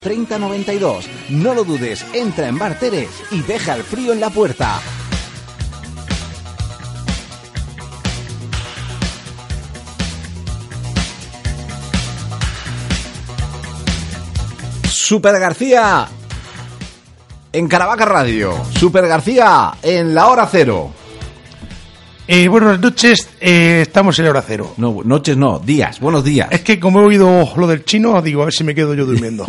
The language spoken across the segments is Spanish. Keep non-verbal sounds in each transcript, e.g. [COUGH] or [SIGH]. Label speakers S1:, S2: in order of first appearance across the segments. S1: 3092. No lo dudes, entra en Bar Teres y deja el frío en la puerta. Super García en Caravaca Radio. Super García en la hora cero.
S2: Eh, buenas noches, eh, estamos en la hora cero.
S1: No, noches no, días, buenos días.
S2: Es que como he oído lo del chino, digo, a ver si me quedo yo
S1: [LAUGHS]
S2: durmiendo.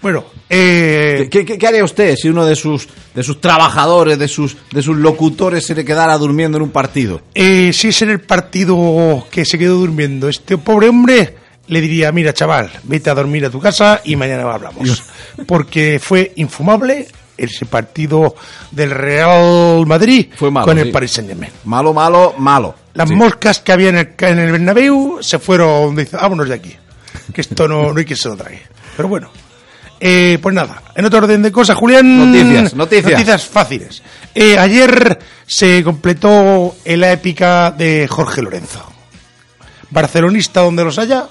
S2: bueno, eh,
S1: ¿Qué, qué, qué haría usted si uno de sus, de sus trabajadores, de sus, de sus locutores se le quedara durmiendo en un partido?
S2: eh, si es en el partido que se quedó durmiendo este pobre hombre, le diría, mira chaval, vete a dormir a tu casa y mañana hablamos. Porque fue infumable ese partido del Real Madrid
S1: Fue malo,
S2: con
S1: sí.
S2: el Paris Saint-Germain.
S1: Malo, malo, malo.
S2: Las
S1: Sí.
S2: moscas que había en el, en el Bernabéu se fueron, dice, vámonos de aquí, que esto no, no hay quien se lo trague. Pero bueno, Eh, pues nada, en otro orden de cosas, Julián...
S1: Noticias, noticias.
S2: Noticias fáciles. Eh, ayer se completó la épica de Jorge Lorenzo. Barcelonista donde los haya,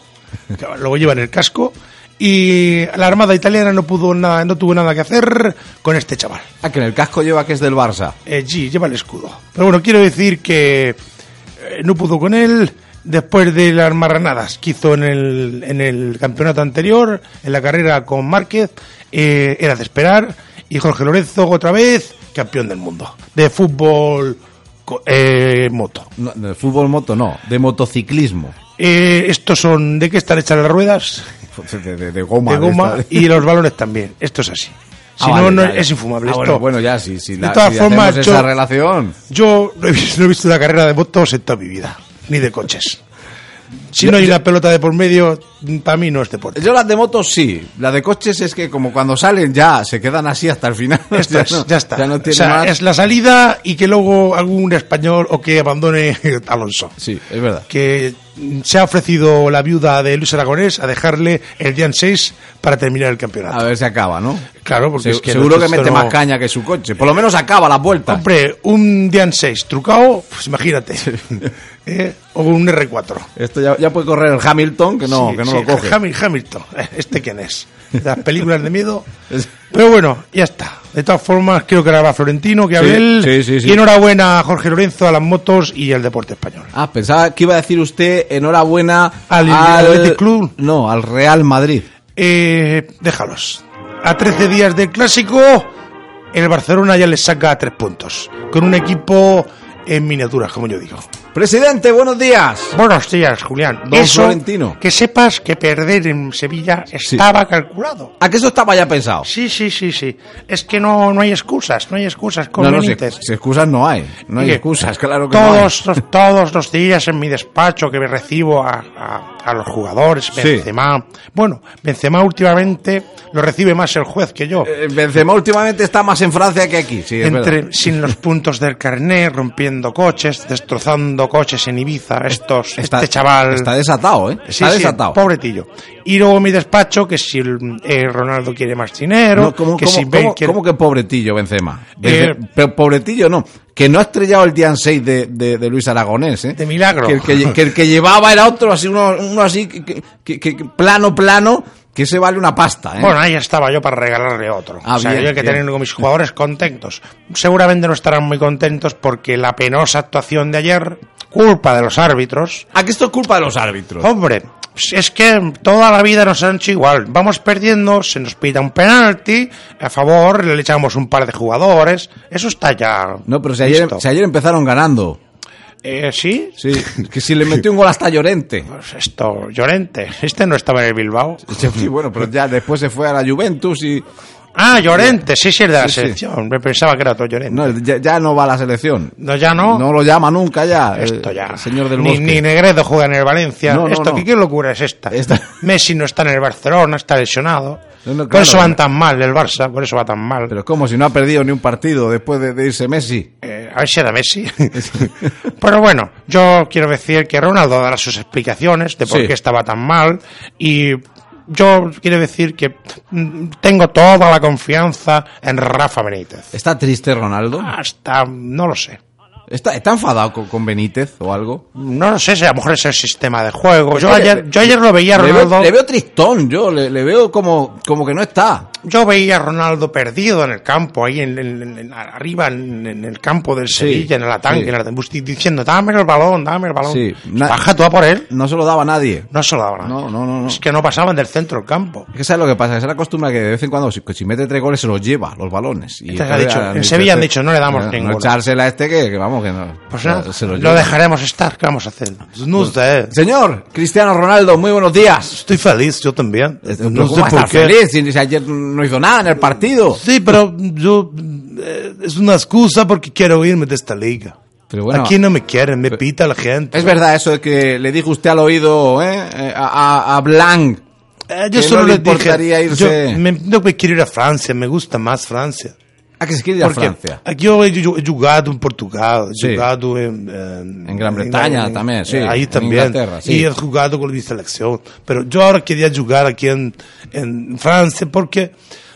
S2: que luego lleva en el casco, y la Armada Italiana no, pudo nada, no tuvo nada que hacer con este chaval.
S1: Ah, que en el casco lleva que es del Barça.
S2: Eh, G lleva el escudo. Pero bueno, quiero decir que eh, no pudo con él después de las marranadas que hizo en el, en el campeonato anterior, en la carrera con Márquez. eh, era de esperar. Y Jorge Lorenzo, otra vez, campeón del mundo de fútbol co- eh, moto.
S1: No, de fútbol moto no, de motociclismo. [LAUGHS]
S2: Eh, estos son. ¿De qué están hechas las ruedas?
S1: De, de- de goma.
S2: de goma
S1: esta.
S2: y los balones también. Esto es así. Si
S1: [LAUGHS] Ah,
S2: no,
S1: vale,
S2: no
S1: vale.
S2: es infumable.
S1: Ah,
S2: Esto-
S1: bueno, bueno, ya, si, si,
S2: de
S1: la,
S2: todas
S1: si
S2: formas,
S1: hacemos esa
S2: yo-
S1: relación.
S2: Yo no he visto, no he visto una carrera de motos en toda mi vida, ni de coches. Si no hay una pelota de por medio, para mí no es deporte.
S1: Yo las de motos sí, las de coches es que como cuando salen ya se quedan así hasta el final. [LAUGHS]
S2: Esto es,
S1: no-
S2: ya está.
S1: Ya no tiene
S2: o sea,
S1: más.
S2: es la salida y que luego algún español o que abandone [LAUGHS] Alonso.
S1: Sí, es verdad.
S2: Que mm, se ha ofrecido la viuda de Luis Aragonés a dejarle el día 6 para terminar el campeonato.
S1: A ver si acaba, ¿no?
S2: Claro, porque
S1: Se-
S2: es que
S1: seguro que
S2: esto
S1: mete
S2: no-
S1: más caña que su coche. Por lo menos acaba las vueltas.
S2: Hombre, un Dian 6 trucado, pues imagínate. [LAUGHS] Eh, O un R4.
S1: Esto ya, ya puede correr el Hamilton, que no,
S2: Sí,
S1: que no
S2: sí,
S1: lo coge.
S2: Hamil- Hamilton, [LAUGHS] este
S1: [LAUGHS]
S2: quién es. Las películas de miedo. Pero bueno, ya está. De todas formas, creo que ahora va Florentino, que
S1: Sí,
S2: Abel.
S1: sí, sí, sí.
S2: Y enhorabuena a Jorge Lorenzo, a las motos y al deporte español.
S1: Ah, pensaba que iba a decir usted enhorabuena
S2: Al Athletic Club.
S1: No, al Real Madrid.
S2: Eh, déjalos. A 13 días del clásico, el Barcelona ya les saca tres puntos. Con un equipo en miniaturas, como yo digo.
S1: Presidente, buenos días.
S2: Buenos días, Julián.
S1: Don Florentino.
S2: Que sepas que perder en Sevilla estaba calculado.
S1: ¿A que eso estaba ya pensado?
S2: Sí, sí, sí, sí. Es que no, no hay excusas, no hay excusas
S1: No, no, si,
S2: convenientes.
S1: si excusas no hay. No hay
S2: Mire,
S1: excusas, claro que no hay.
S2: todos, los- todos los días en mi despacho que me recibo a, a- a los jugadores, Benzema. Bueno, Benzema últimamente lo recibe más el juez que yo.
S1: Eh, Benzema últimamente está más en Francia que aquí, sí, es verdad.
S2: Entre, sin los puntos del carnet, rompiendo coches, destrozando coches en Ibiza, estos,
S1: Está-
S2: este chaval.
S1: Está desatado, ¿eh?
S2: Sí,
S1: Está
S2: sí,
S1: desatado.
S2: pobretillo. Y luego mi despacho, que si el, eh, Ronaldo quiere más dinero,
S1: No, ¿cómo,
S2: que
S1: cómo-
S2: si Bale
S1: cómo-
S2: quiere-
S1: cómo que pobretillo Benzema?
S2: Eh,
S1: Bence- pero pobretillo no, que no ha estrellado el día 6 de, de, de Luis Aragonés, ¿eh?
S2: De milagro.
S1: Que el que, lle- que el que llevaba era otro, así uno, uno así, que, que- que- que plano, plano, que se vale una pasta, ¿eh?
S2: Bueno, ahí estaba yo para regalarle otro.
S1: Ah,
S2: o sea,
S1: bien,
S2: yo hay que
S1: bien.
S2: tener con mis jugadores contentos. Seguramente no estarán muy contentos porque la penosa actuación de ayer, culpa de los árbitros.
S1: ¿A que esto es culpa de los árbitros?
S2: Hombre, es que toda la vida nos han hecho igual. Vamos perdiendo, se nos pita un penalti, a favor le echamos un par de jugadores. Eso está ya.
S1: No, pero si ayer,
S2: listo.
S1: si ayer empezaron ganando.
S2: Eh, ¿Sí?
S1: Sí, [LAUGHS] que si le metió un gol hasta Llorente.
S2: Pues esto, Llorente. Este no estaba en el Bilbao.
S1: Sí, bueno, pero ya después se fue a la Juventus y...
S2: Ah, Llorente, sí, sí, es de la
S1: Sí, sí.
S2: selección. Me pensaba que era otro Llorente.
S1: No, ya, ya no va a la selección.
S2: No, ya no.
S1: No lo llama nunca ya. eh,
S2: Esto ya.
S1: el Señor del
S2: ni,
S1: Bosque.
S2: ni Negredo juega en el Valencia.
S1: No, no,
S2: Esto,
S1: no.
S2: ¿qué, qué locura es esta?
S1: Esta-
S2: Messi no está en el Barcelona, está lesionado.
S1: No, no,
S2: por
S1: claro,
S2: eso van
S1: no.
S2: tan mal el Barça, por eso va tan mal.
S1: Pero como si no ha perdido ni un partido después de, de irse Messi.
S2: Eh, a ver si era Messi. [LAUGHS] Pero bueno, yo quiero decir que Ronaldo dará sus explicaciones de por
S1: Sí.
S2: qué estaba tan mal y yo quiero decir que mm, tengo toda la confianza en Rafa Benítez.
S1: ¿Está triste Ronaldo?
S2: Ah. Hasta, no lo sé.
S1: ¿Está, está enfadado con, con Benítez o algo?
S2: No lo sé si a lo mejor es el sistema de juego. Yo
S1: Es que
S2: ayer,
S1: le-
S2: yo ayer lo veía a
S1: Pues Le
S2: Ronaldo,
S1: veo, le veo tristón, yo le, le veo como, como que no está.
S2: yo veía a Ronaldo perdido en el campo, ahí en, en- en- arriba, en, en el campo del Sevilla, en el
S1: sí.
S2: ataque, en el ataque, diciendo, dame el balón, dame el balón.
S1: Sí, na-
S2: Baja tú a por él.
S1: No se lo daba a nadie.
S2: No se lo daban.
S1: No, no, no, no.
S2: Es que no pasaban del centro del campo.
S1: Es que sabes lo que pasa, que es la costumbre que de vez en cuando, si, que si mete tres goles, se los lleva, los balones. Y
S2: Entonces Este ha dicho, en Sevilla han dicho, no le damos
S1: este,
S2: ninguno.
S1: No echársela a este que, que vamos, que no.
S2: Pues
S1: se-
S2: nada,
S1: se los
S2: lo
S1: lleva.
S2: dejaremos estar. ¿Qué vamos a hacer? Pues No sé.
S1: Señor Cristiano Ronaldo, muy buenos días.
S2: Estoy feliz, yo también.
S1: No sé por qué. feliz si si ayer no hizo nada en el partido.
S2: Sí, pero yo eh, es una excusa porque quiero irme de esta liga.
S1: Pero bueno,
S2: Aquí no me quieren, me pita la gente.
S1: es verdad eso de que le dijo usted al oído ¿eh? Eh, a, a- a Blanc.
S2: Eh,
S1: que
S2: yo solo
S1: no le
S2: les
S1: importaría
S2: dije,
S1: irse.
S2: yo me, no me quiero ir a Francia, me gusta más Francia.
S1: A Ah, que se quiere ir a
S2: Porque
S1: Francia.
S2: Aquí yo he, yo he jugado en Portugal, he
S1: Sí.
S2: jugado en, en-
S1: En Gran Bretaña también, sí,
S2: Ahí
S1: en
S2: también.
S1: Inglaterra, sí.
S2: Y he jugado con mi selección. Pero yo ahora quería jugar aquí en, en Francia porque,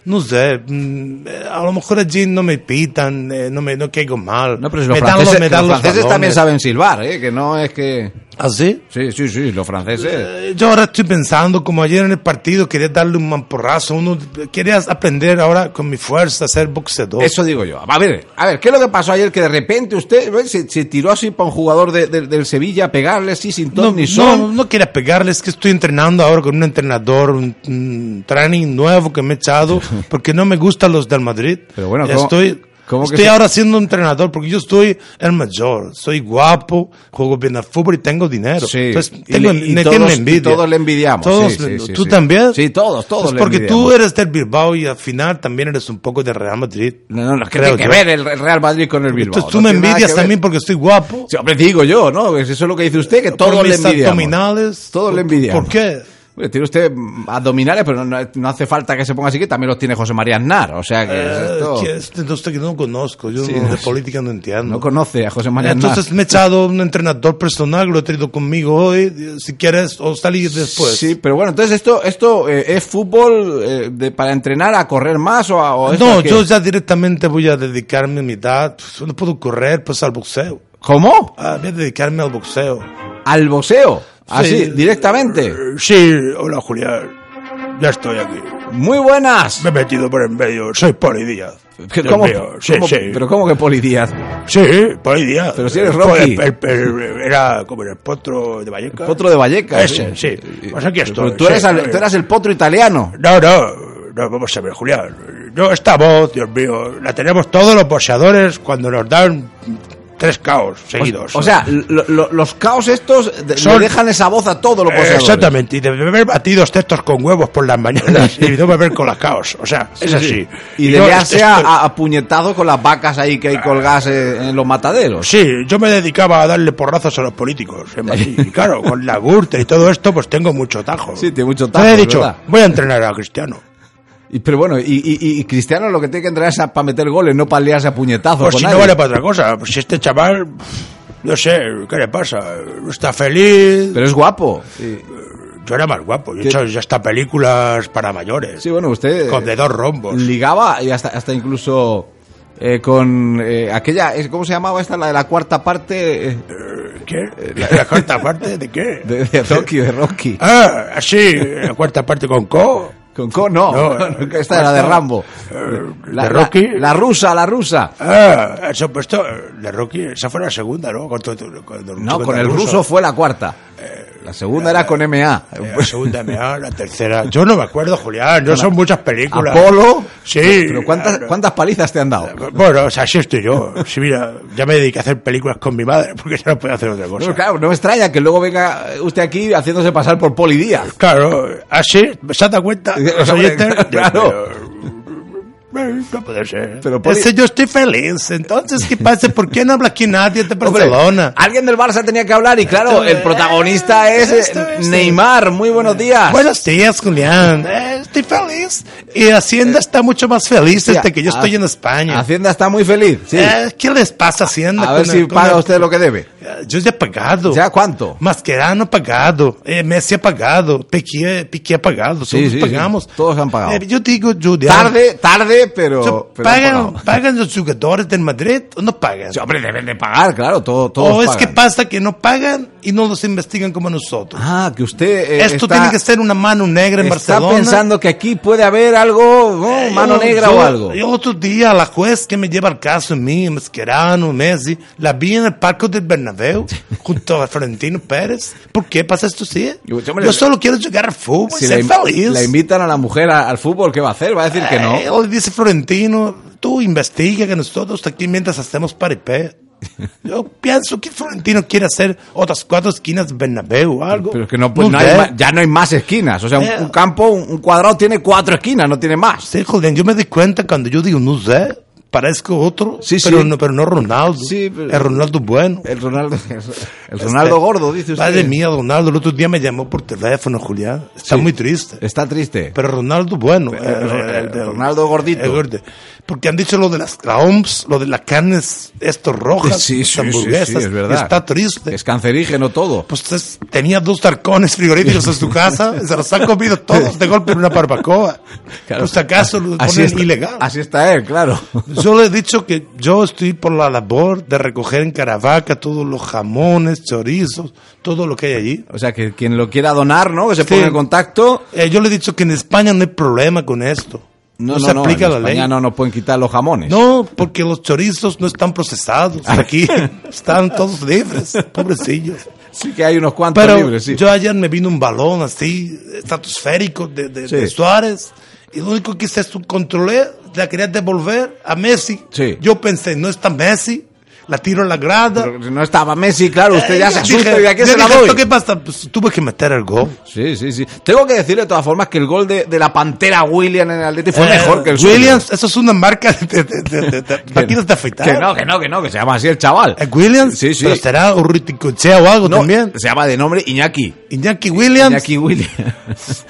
S2: no sé, mm, eh, a lo mejor allí no me pitan, eh, no me no caigo mal.
S1: No, pero si los
S2: me dan
S1: franceses, que
S2: me
S1: los
S2: dan
S1: franceses
S2: balones.
S1: también saben silbar, ¿eh? que no es que...
S2: ¿Ah, sí?
S1: Sí, sí, sí, los franceses...
S2: Eh, Yo ahora estoy pensando, como ayer en el partido quería darle un mamporrazo, uno quería aprender ahora con mi fuerza a ser boxeador.
S1: Eso digo yo. A ver, a ver, ¿qué es lo que pasó ayer? Que de repente usted ¿ves? se, se tiró así para un jugador de- de- del Sevilla a pegarle así sin ton
S2: No,
S1: ni
S2: no,
S1: son.
S2: no quería pegarles, que estoy entrenando ahora con un entrenador, un, un training nuevo que me
S1: [LAUGHS]
S2: he echado, porque no me gustan los del Madrid.
S1: Pero bueno, ¿cómo-
S2: estoy,
S1: cómo que
S2: estoy
S1: se-
S2: ahora siendo un entrenador, porque yo estoy el mayor, soy guapo, juego bien al fútbol y tengo dinero.
S1: Sí.
S2: Entonces,
S1: Y
S2: tengo-
S1: le- y
S2: me
S1: todos-
S2: tienen
S1: y
S2: envidia.
S1: todos le envidiamos,
S2: Todos
S1: sí,
S2: le-
S1: sí, sí,
S2: ¿Tú
S1: sí.
S2: también?
S1: Sí, todos, todos
S2: Pues
S1: le
S2: Porque tú
S1: envidiamos.
S2: eres del Bilbao y al final también eres un poco de Real Madrid.
S1: No, no, no, es que
S2: Creo
S1: tiene que
S2: yo.
S1: ver el el Real Madrid con el Bilbao.
S2: Entonces tú
S1: no
S2: me
S1: tiene nada
S2: envidias
S1: que ver.
S2: también porque estoy guapo.
S1: Sí, hombre, digo yo, ¿no? Eso es lo que dice usted, que todos
S2: por
S1: le
S2: mis
S1: envidiamos.
S2: abdominales.
S1: Todos le
S2: ¿Por-
S1: envidiamos.
S2: ¿Por qué?
S1: Bueno, tiene usted mm, abdominales, pero no, no hace falta que se ponga así, que también los tiene José María Aznar. O sea que es
S2: Eh,
S1: esto-
S2: que este no sé, que no conozco, yo
S1: Sí,
S2: no-
S1: no
S2: de
S1: sé.
S2: política no entiendo.
S1: no conoce a José María Aznar.
S2: Entonces me he echado un entrenador personal, lo he traído conmigo hoy, si quieres, o salir después.
S1: Sí, pero bueno, entonces esto, esto eh, es fútbol eh, de, para entrenar a correr más o, a, o esto
S2: no,
S1: es que-
S2: yo ya directamente voy a dedicarme a mi edad, pues, no puedo correr, pues al boxeo.
S1: ¿Cómo?
S2: Ah, voy a dedicarme al boxeo.
S1: Al boxeo, así,
S2: Sí.
S1: directamente.
S2: Eh, Sí, hola Julián, ya estoy aquí.
S1: Muy buenas.
S2: Me he metido por en medio, soy Poli Díaz.
S1: ¿Qué-
S2: Dios
S1: ¿Cómo,
S2: mío, sí,
S1: cómo-
S2: sí.
S1: Pero ¿cómo que polidías?
S2: Sí, Poli Díaz.
S1: Pero si eres
S2: Fue
S1: Rocky.
S2: el- el- el- era como el potro de Vallecas.
S1: Potro de Vallecas.
S2: Ese, sí. Pues aquí estoy,
S1: Pero tú,
S2: sí,
S1: eres al-
S2: sí.
S1: tú eras el potro italiano.
S2: No, no, no, vamos a ver, Julián. No, esta voz, Dios mío, la tenemos todos los boxeadores cuando nos dan tres caos seguidos.
S1: O sea, lo- lo- los caos estos de-
S2: Son-
S1: le dejan esa voz a todos los
S2: Eh,
S1: boxeadores.
S2: Exactamente, y de beber batidos de estos con huevos por las
S1: [LAUGHS]
S2: mañanas y no beber con las caos. O sea, es así.
S1: Y
S2: yo
S1: de darse
S2: estoy-
S1: a, a puñetazos con las vacas ahí que hay colgadas eh, en los mataderos.
S2: Sí, yo me dedicaba a darle porrazos a los políticos en Madrid. Y claro, con la Gürtel y todo esto, pues tengo mucho tajo.
S1: Sí, tiene mucho
S2: Entonces
S1: tajo,
S2: he dicho,
S1: ¿verdad?
S2: voy a entrenar a Cristiano.
S1: Y- pero bueno, y, y- y Cristiano lo que tiene que entrar es para meter goles, no para liarse a puñetazos.
S2: Pues
S1: con
S2: si no
S1: nadie.
S2: vale para otra cosa. Pues si este chaval, no sé, ¿qué le pasa? No está feliz.
S1: Pero es guapo.
S2: Yo era más guapo. Yo he
S1: ¿Qué?
S2: hecho ya hasta películas para mayores.
S1: Sí, bueno, usted eh,
S2: Con de dos rombos.
S1: ligaba y hasta, hasta incluso eh, con eh, aquella, eh, ¿cómo se llamaba esta? La de la cuarta parte eh,
S2: ¿Qué? ¿La, la cuarta parte de qué?
S1: de, de
S2: [LAUGHS]
S1: Rocky, de Rocky.
S2: Ah, sí, la cuarta parte con Co.
S1: Con Co, [LAUGHS] no,
S2: No, eh,
S1: esta era de
S2: cuarta,
S1: Rambo.
S2: eh,
S1: La, la-
S2: ¿de Rocky?
S1: La, rusa, la rusa.
S2: Ah, eso pues esto, eh, de Rocky, esa fue la segunda, ¿no? Con, todo- con-
S1: No, con
S2: todo
S1: el ruso fue la cuarta. La segunda era con MA.
S2: Eh, La segunda MA, la tercera. Yo no me acuerdo, Julián, no son muchas películas.
S1: Apolo.
S2: Sí.
S1: Pero ¿cuántas,
S2: claro.
S1: ¿cuántas palizas te han dado?
S2: Bueno, o sea, así estoy yo. Si mira, ya me dediqué a hacer películas con
S1: [LAUGHS]
S2: mi madre, porque ya no puedo hacer otra cosa.
S1: No, claro, no me extraña que luego venga usted aquí haciéndose pasar por Poli Díaz. [LAUGHS]
S2: Claro, así, ¿se han dado cuenta? Los oyentes,
S1: Claro.
S2: Dios mío. No puede ser.
S1: Pero Poli-
S2: Ese yo estoy feliz. Entonces, ¿qué pasa? ¿Por qué no habla aquí nadie de
S1: Hombre,
S2: Barcelona?
S1: alguien del Barça tenía que hablar y claro, el protagonista es eh,
S2: Esto, esto.
S1: Neymar. Muy buenos días.
S2: Buenos días, Julián. Eh, Estoy feliz. Y Hacienda está mucho más feliz
S1: Eh, Sí,
S2: desde este que yo
S1: ha-
S2: estoy en España.
S1: Hacienda está muy feliz. Sí.
S2: Eh, ¿Qué les pasa a Hacienda?
S1: A
S2: con
S1: ver
S2: el-
S1: si
S2: con
S1: paga
S2: el-
S1: usted lo que debe.
S2: Eh, Yo ya he pagado.
S1: ¿Ya cuánto?
S2: Mascherano ha pagado, eh, Messi ha pagado, Piqué, Piqué ha pagado, todos
S1: Sí, sí,
S2: pagamos.
S1: sí, todos han pagado.
S2: Eh, yo digo, Julián,
S1: Tarde, tarde, pero. pero han
S2: ¿pagan,
S1: pagado. [LAUGHS]
S2: ¿pagan los jugadores del Madrid o no pagan?
S1: Sí, hombre, deben de pagar, Ah, claro, todo, todos
S2: o Oh, es
S1: pagan.
S2: que pasa que no pagan y no los investigan como nosotros.
S1: Ah, que usted. eh,
S2: Esto
S1: está,
S2: tiene que ser una mano negra en
S1: Está
S2: Barcelona.
S1: pensando que aquí puede haber algo, ¿no?
S2: Eh,
S1: É, mano
S2: yo-
S1: negra
S2: yo-
S1: o algo.
S2: yo otro día la juez que me lleva el caso en mí, Mascherano, Messi, la vi en el parque del
S1: [LAUGHS]
S2: Bernabéu junto a Florentino Pérez. ¿Por qué pasa esto sí? ¿eh?
S1: Yo-
S2: Yo,
S1: hombre, le-
S2: solo quiero jugar al fútbol y
S1: si la,
S2: ser
S1: in-
S2: feliz.
S1: la invitan a la mujer a- al fútbol, ¿qué va a hacer? Va a decir que no.
S2: Eh, hoy dice Florentino, tú investiga que nosotros aquí mientras
S1: [LAUGHS]
S2: hacemos paripé. Yo pienso que Florentino quiere hacer otras cuatro esquinas Bernabéu o algo.
S1: Pero es que no, pues, no
S2: sé.
S1: hay ma- ya no hay más esquinas. O sea, un,
S2: Eh.
S1: un campo, un, un cuadrado tiene cuatro esquinas, no tiene más.
S2: Sí, joder, yo me di cuenta cuando yo digo, no sé, parezco otro,
S1: Sí,
S2: pero,
S1: sí.
S2: No, pero no Ronaldo.
S1: Sí, pero-
S2: El Ronaldo bueno.
S1: El Ronaldo, [LAUGHS] el Ronaldo
S2: Este,
S1: gordo, dice usted.
S2: Madre mía, Ronaldo, el otro día me llamó por teléfono, Julián. Está
S1: Sí.
S2: muy triste.
S1: Está triste.
S2: Pero Ronaldo, bueno. eh,
S1: Pero- Ronaldo gordito.
S2: el eh, gordo. Porque han dicho lo de las la OMS, lo de las carnes estos rojas,
S1: Sí, sí,
S2: las
S1: sí,
S2: hamburguesas.
S1: sí, es verdad.
S2: Está triste.
S1: Es cancerígeno todo.
S2: Pues es- tenía dos tarcones frigoríficos en su casa,
S1: [LAUGHS]
S2: se los han comido todos de golpe en una barbacoa.
S1: Claro.
S2: Pues acaso lo
S1: Así
S2: ponen
S1: está-
S2: ilegal.
S1: Así está él, claro. [LAUGHS]
S2: Yo le he dicho que yo estoy por la labor de recoger en Caravaca todos los jamones, chorizos, todo lo que hay allí.
S1: O sea, que quien lo quiera donar, ¿no? Que se
S2: Sí.
S1: ponga en contacto.
S2: Eh, yo le he dicho que en España no hay problema con esto. No, se aplica
S1: en
S2: la
S1: España
S2: ley.
S1: no nos pueden quitar los jamones.
S2: No, porque los chorizos no están procesados.
S1: Ah.
S2: Aquí
S1: [LAUGHS]
S2: están todos libres, pobrecillos.
S1: Sí que hay unos cuantos
S2: Pero
S1: libres, sí.
S2: yo ayer me vino un balón así, estratosférico, de, de-
S1: Sí.
S2: de Suárez, y lo único que hice es un controlé, la quería devolver a Messi.
S1: Sí.
S2: Yo pensé, no está Messi, la tiro en la grada.
S1: Pero no estaba Messi, claro, usted ya
S2: Eh,
S1: se
S2: yo
S1: asusta
S2: dije-
S1: y de aquí
S2: yo
S1: se la
S2: dije,
S1: doy.
S2: "¿Esto ¿Qué pasa? Pues, tuve que meter el gol.
S1: Sí, sí, sí. Tengo que decirle de todas formas que el gol de, de la pantera William en el Atleti fue
S2: Eh,
S1: mejor que el suyo.
S2: Williams, eso es una marca de, de, de, de- de- de máquinas de afeitar.
S1: Que no, que no, que no, que se llama así el chaval.
S2: Eh, Williams,
S1: Sí, sí.
S2: pero será Urruticochea o algo
S1: No,
S2: también.
S1: Se llama de nombre Iñaki.
S2: Iñaki Williams,
S1: Iñaki
S2: [LAUGHS]
S1: William.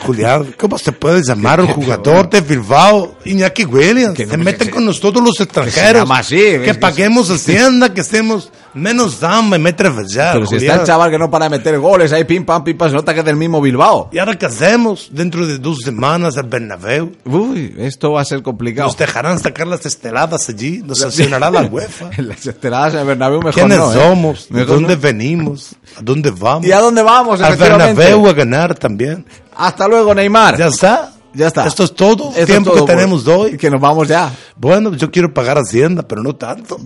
S2: Julián, ¿cómo se puede llamar un jugador de Bilbao Iñaki Williams?
S1: Que no,
S2: se
S1: que
S2: meten
S1: se-
S2: con nosotros los
S1: que se
S2: extranjeros.
S1: llama así,
S2: que
S1: es que se-
S2: paguemos hacienda, que estemos menos dama y metra fallar.
S1: Pero si está
S2: Julián.
S1: el chaval que no para de meter goles, ahí pim pam, pim pam, se nota que es del mismo Bilbao.
S2: ¿Y ahora qué hacemos? Dentro de dos semanas al Bernabéu.
S1: Uy, esto va a ser complicado. [LAUGHS]
S2: ¿Nos dejarán sacar las esteladas allí? ¿Nos sancionará la UEFA?
S1: [LAUGHS] Las esteladas en el Bernabéu mejor
S2: ¿Quiénes
S1: no, ¿eh?
S2: somos? ¿De
S1: Mejor
S2: dónde
S1: no.
S2: venimos? ¿A dónde vamos?
S1: ¿Y a dónde vamos?
S2: Al
S1: efectivamente?
S2: Bernabéu a ganar también.
S1: Hasta luego, Neymar.
S2: ¿Ya está?
S1: Ya está.
S2: Esto es todo
S1: Esto
S2: el
S1: es
S2: tiempo
S1: todo,
S2: que
S1: pues.
S2: tenemos hoy.
S1: Que nos vamos
S2: [LAUGHS]
S1: ya.
S2: Bueno, yo quiero pagar Hacienda, pero
S1: [LAUGHS]
S2: no tanto.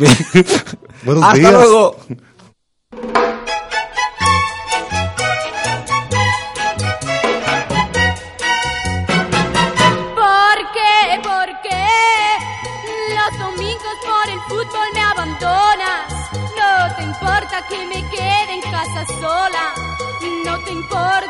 S2: Buenos
S1: Hasta
S2: días.
S1: luego.
S3: Porque, porque los domingos por el fútbol me abandonas. No te importa que me quede en casa sola. No te importa.